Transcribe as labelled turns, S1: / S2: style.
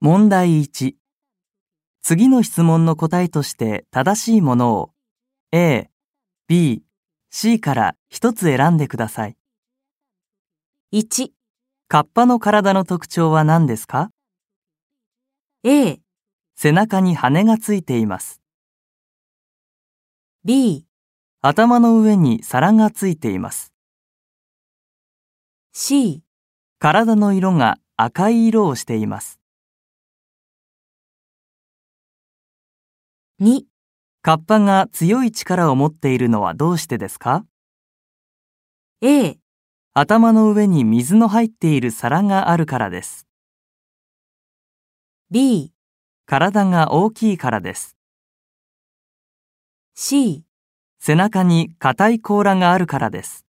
S1: 問題1。次の質問の答えとして正しいものを A、B、C から一つ選んでください。
S2: 1、
S1: カッパの体の特徴は何ですか
S2: A、
S1: 背中に羽がついています。
S2: B、
S1: 頭の上に皿がついています。
S2: C、
S1: 体の色が赤い色をしています。
S2: 2、
S1: カッパが強い力を持っているのはどうしてですか
S2: A、
S1: 頭の上に水の入っている皿があるからです。
S2: B、
S1: 体が大きいからです。
S2: C。
S1: 背中に硬い甲羅があるからです。